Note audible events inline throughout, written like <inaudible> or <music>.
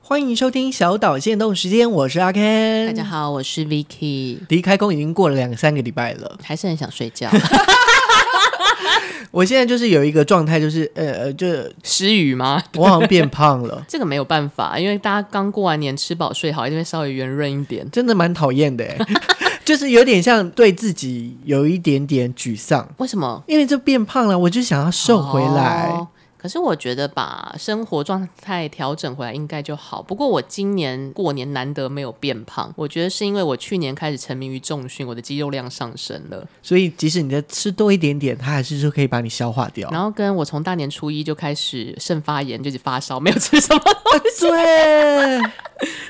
欢迎收听小岛限动时间，我是阿 Ken。大家，好，我是 Vicky，离开工已经过了两三个礼拜了。还是很想睡觉，我现在就是有一个状态，就是呃呃，就 <laughs> 失语吗？，我好像变胖了 <laughs> 这个没有办法，因为大家刚过完年，吃饱睡好，一定会稍微圆润一点。真的蛮讨厌的欸， <laughs> 就是有点像对自己有一点点沮丧，为什么因为就变胖了，我就想要瘦回来。哦可是我觉得把生活状态调整回来应该就好。不过我今年过年难得没有变胖，我觉得是因为我去年开始沉迷于重训，我的肌肉量上升了。所以即使你再吃多一点点，它还是就可以把你消化 <laughs> 掉。然后跟我从大年初一就开始肾发炎，就是发烧，没有吃什么。啊对，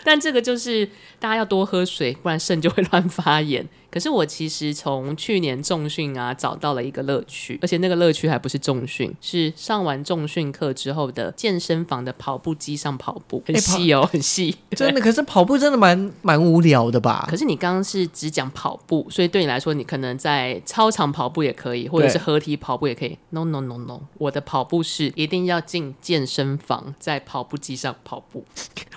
但这个就是大家要多喝水，不然肾就会 <laughs> 乱发炎。可是我其实从去年重训啊找到了一个乐趣，而且那个乐趣还不是重训，是上完重训课之后的健身房的跑步机上跑步，很哎跑细哦，很细。真的。可是跑步真的蛮蛮无聊的吧可？是你刚刚是只讲跑步，所以对你来说，你可能在操场跑步也可以，或者是合体跑步也可以。No No No No，我的跑步是一定要进健身房，在跑步机上跑步。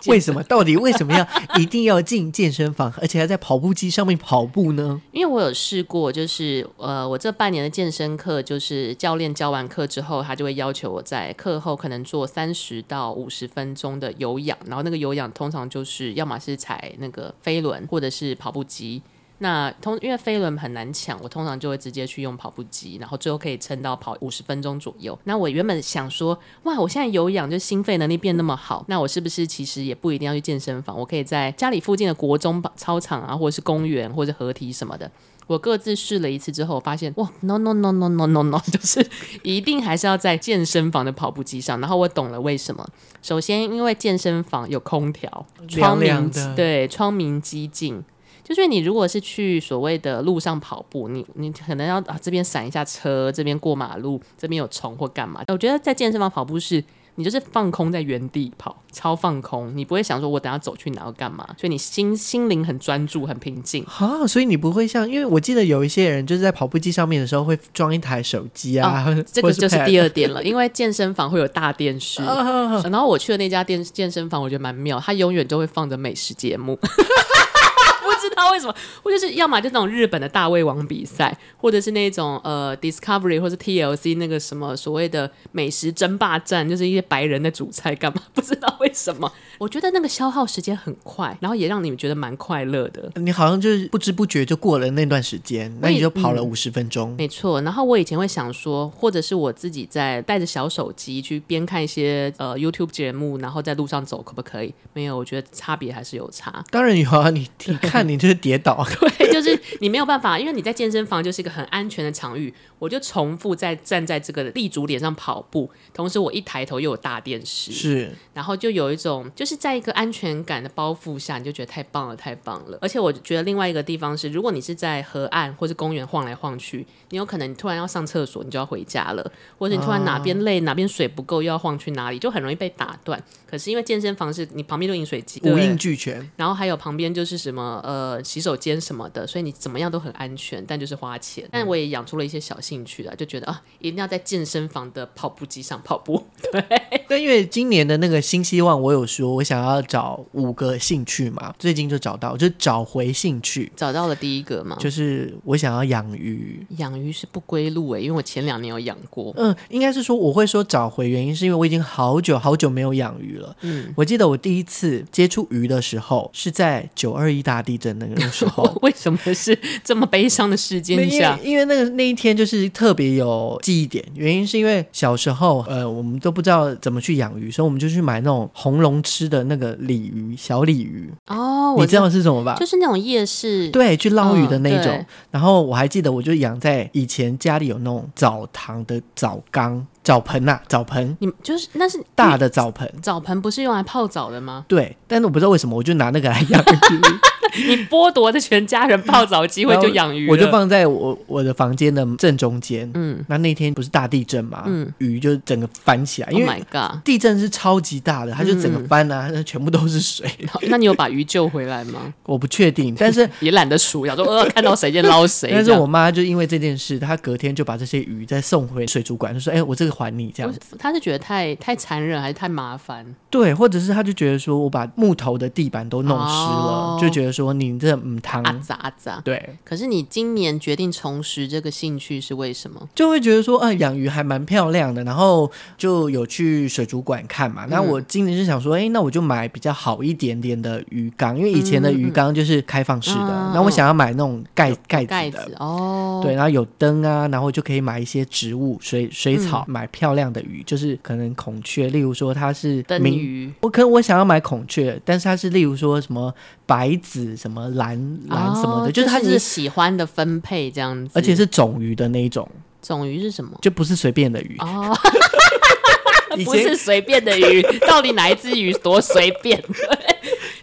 为什么？到底为什么 <laughs> 要一定要进健身房，而且还在跑步机上面跑步呢？因为我有试过，就是呃，我这半年的健身课，就是教练教完课之后，他就会要求我在课后可能做三十到五十分钟的有氧，然后那个有氧通常就是要么是踩那个飞轮，或者是跑步机。那通因为飞轮很难抢，我通常就会直接去用跑步机，然后最后可以撑到跑五十分钟左右。那我原本想说，哇，我现在有氧，就心肺能力变那么好，那我是不是其实也不一定要去健身房？我可以在家里附近的国中操场啊，或者是公园，或者是合体什么的。我各自试了一次之后，我发现哇，no no no no no no <laughs> no，就是一定还是要在健身房的跑步机上。然后我懂了为什么。首先，因为健身房有空调，窗明凉凉的对窗明几净，就是你如果是去所谓的路上跑步，你你可能要啊这边闪一下车，这边过马路，这边有虫或干嘛。我觉得在健身房跑步是。你就是放空在原地跑，超放空，你不会想说我等下走去哪要干嘛，所以你心心灵很专注，很平静。啊，所以你不会像，因为我记得有一些人就是在跑步机上面的时候会装一台手机啊，或者哦哦这个就是第二。二点了，因为健身房会有大电视，然后我去的那家健健身房，我觉得蛮妙，它永远都会放着美食节目。 <laughs> 不知道为什么，或者是要么就那种日本的大胃王比赛，或者是那种呃 Discovery 或是 TLC 那个什么所谓的美食争霸战，就是一些白人在煮菜干嘛？ <laughs> 不知道为什么，我觉得那个消耗时间很快，然后也让你们觉得蛮快乐的。 <laughs> 你好像就是不知不觉就过了那段时间，那你也就跑了五十分钟。没错，然后我以前会想说，或者是我自己在带着小手机去边看一些呃 YouTube 节目，然后在路上走，可不可以？没有，我觉得差别还是有差。当然有啊，你你看你就是跌 <laughs> 倒，啊对，就是你没有办法，因为你在健身房就是一个很安全的场域，我就重复在站在这个立足点上跑步，同时我一抬头又有大电视，是然后就有一种就是在一个安全感的包袱下，你就觉得太棒了，太棒了。而且我觉得另外一个地方是，如果你是在河岸或是公园晃来晃去，你有可能你突然要上厕所，你就要回家了，或者你突然哪边累、哪边水不够，又要晃去哪里，就很容易被打断。可是因为健身房是你旁边就饮水机，五对应俱全。然后还有旁边就是什么呃洗手间什么的，所以你怎么样都很安全，但就是花钱。但我也养出了一些小兴趣啊，就觉得啊，一定要在健身房的跑步机上跑步。哎但因为今年的那个新希望，我有说我想要找五个兴趣嘛，最近就找到，就找回兴趣，找到了第一个嘛，就是我想要养鱼。养鱼是不归路欸诶、因为我前两年有养 <laughs> 过，。嗯，应该是说我会说找回，原因是因为我已经好久好久没有养鱼了。嗯，我记得我第一次接触鱼的时候是在九二一大地震那个时候 <laughs> 为什么是这么悲伤的事件因为下？因为那个那一天就是特别有记忆点，原因是因为小时候呃我们都不知道怎么去养鱼，所以我们就去买那种红龙吃的那个鲤鱼小鲤鱼，哦，你我知道是什么吧？就是那种夜市，对，去捞鱼的那嗯种。对然后我还记得，我就养在以前家里有那种澡堂的澡缸、澡盆呐、澡盆你们就是那是大你的澡盆。澡盆，不是用来泡澡的吗？对，但是我不知道为什么，我就拿那个来养鱼。你剥夺的全家人泡澡机会就养 <laughs> 鱼了我就放在我我的房间的正中间。嗯，那那天不是大地震嘛，嗯鱼就整个翻起来， Oh 因 my 嗯为 god！地震是超级大的，它就整个翻啊，那、全部都是水。 <laughs> 好那你有把鱼救回来吗？我不确定，但 <laughs> 是也懒得数，想说呃看到谁先捞谁。 <laughs> 但是这样我妈就因为这件事，她隔天就把这些鱼再送回水族馆，就说：“哎、我这个还你。”这样我他是觉得太太残忍还是太麻烦？对，或者是她就觉得说我把木头的地板都弄湿了，哦就觉得说你这唔汤。啊咋啊咋？对，可是你今年决定重拾这个兴趣是为什么？就会觉得说，啊，养鱼还蛮漂亮的，然后就有去水族馆看嗯嘛。那我今年是想说，哎、那我就买比较好一点点的鱼缸，因为以前的鱼缸就是开放式的，嗯嗯那、我想要买那种盖盖盖子的，子哦，对，然后有灯啊，然后就可以买一些植物、水水草，嗯买漂亮的鱼，就是可能孔雀，例如说它是灯明。鱼我可能我想要买孔雀，但是它是例如说什么白子、什么蓝蓝什么的，哦就就是它你是喜欢的分配这样子，而且是种鱼的那一种，种鱼是什么？就不是随便的鱼。哦， <laughs> 以不是前随便 <laughs> 的鱼，到底哪一只鱼多随便？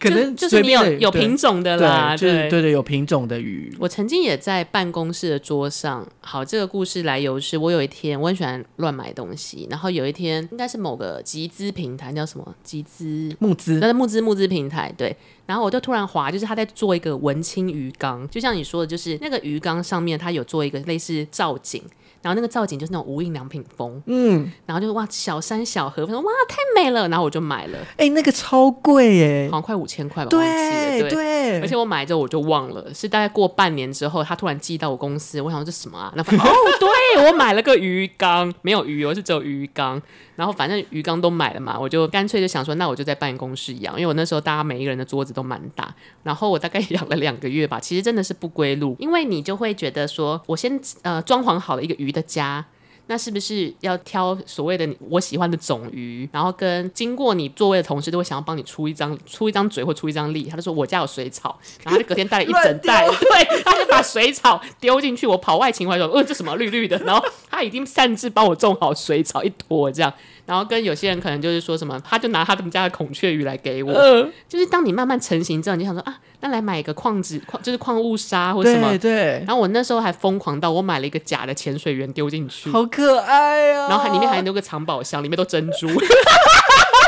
可能就就是随你便有的鱼有对品种的啦，对，就是对。对对有品种的鱼，我曾经也在办公室的桌上，好，这个故事来由是我有一天我很喜欢乱买东西，然后有一天应该是某个集资平台叫什么集资募资那是募资募资平台，对。然后我就突然滑，就是他在做一个文青鱼缸，就像你说的，就是那个鱼缸上面它有做一个类似造景，然后那个造景就是那种无印良品风，嗯，然后就哇小山小河，我说哇太美了，然后我就买了，哎、那个超贵耶好，像快五千块吧，忘记对了，对。对，而且我买之后我就忘了，是大概过半年之后，他突然寄到我公司，我想说这什么啊？那反正 <laughs> 哦，对我买了个鱼缸，没有鱼哦，是只有鱼缸。然后反正鱼缸都买了嘛，我就干脆就想说，那我就在办公室养，因为我那时候大家每一个人的桌子都蛮大，然后我大概 <laughs> 养了两个月吧，其实真的是不归路，因为你就会觉得说，我先呃装潢好了一个鱼的家，那是不是要挑所谓的你我喜欢的种鱼？然后跟经过你座位的同事都会想要帮你出一张出一张嘴或出一张力，他就说我家有水草，然后他就隔天带了一整袋， <laughs> 对，他就把水草丢进去。我跑外勤回来说，呃，这什么绿绿的？然后他已经擅自帮我种好水草一坨这样。然后跟有些人可能就是说什么，他就拿他们家的孔雀鱼来给呃我，就是当你慢慢成型之后，你就想说啊，那来买一个矿子矿就是矿物沙或什么对。对，然后我那时候还疯狂到我买了一个假的潜水员丢进去，好可爱啊！然后还里面还留个藏宝箱，里面都珍 <laughs> 珠。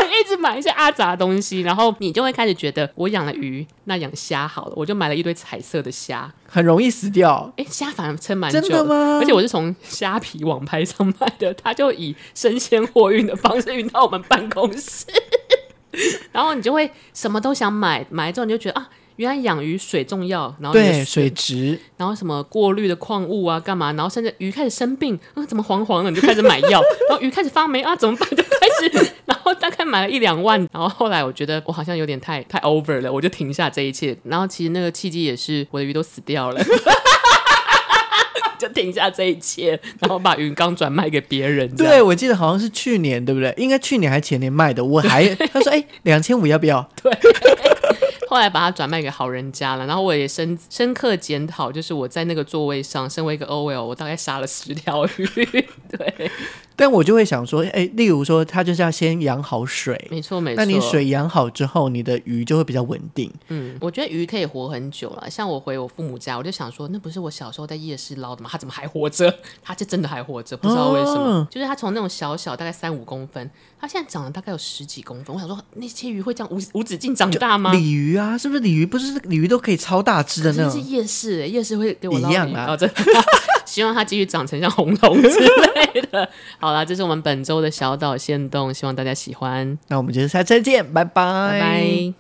一直买一些阿杂的东西，然后你就会开始觉得，我养了鱼，那养虾好了，我就买了一堆彩色的虾。很容易死掉，哎，虾反而撑蛮久真的吗而且我是从虾皮网拍上买的，它就以生鲜货运的方式运到我们办公室， <laughs> 然后你就会什么都想买，买了之后你就觉得啊，原来养鱼水重要，然后你的对，水质然后什么过滤的矿物啊，干嘛？然后甚至鱼开始生病，啊，怎么黄黄的？你就开始买药，然后鱼开始发霉啊，怎么办？就开始，然后大概买了一两万，然后后来我觉得我好像有点太太 over 了，我就停下这一切。然后其实那个契机也是我的鱼都死掉了。就停下这一切，然后把鱼缸转卖给别人。这样对，我记得好像是去年，对不对？应该去年还前年卖的。我还他说，哎、两千五要不要？后来把它转卖给好人家了，然后我也深深刻检讨，就是我在那个座位上，身为一个 OL，我大概杀了十条鱼。 <laughs> 对，但我就会想说，哎、例如说，他就是要先养好水。没错没错。那你水养好之后，你的鱼就会比较稳定。嗯，我觉得鱼可以活很久了。像我回我父母家，我就想说，那不是我小时候在夜市捞的吗？它怎么还活着？它就真的还活着，不知道为什么。哦就是它从那种小小大概三五公分，它现在长了大概有十几公分。我想说，那些鱼会这样无无止境长大吗？鲤鱼啊，是不是鲤鱼？不是鲤鱼都可以超大只的真那的是种。夜市、欸，夜市会给我捞一样 <laughs> 鱼啊哦，真的希望它继续长成像红龙之类的。好啦，这是我们本周的小岛限动，希望大家喜欢，那我们就下次再见，拜拜拜。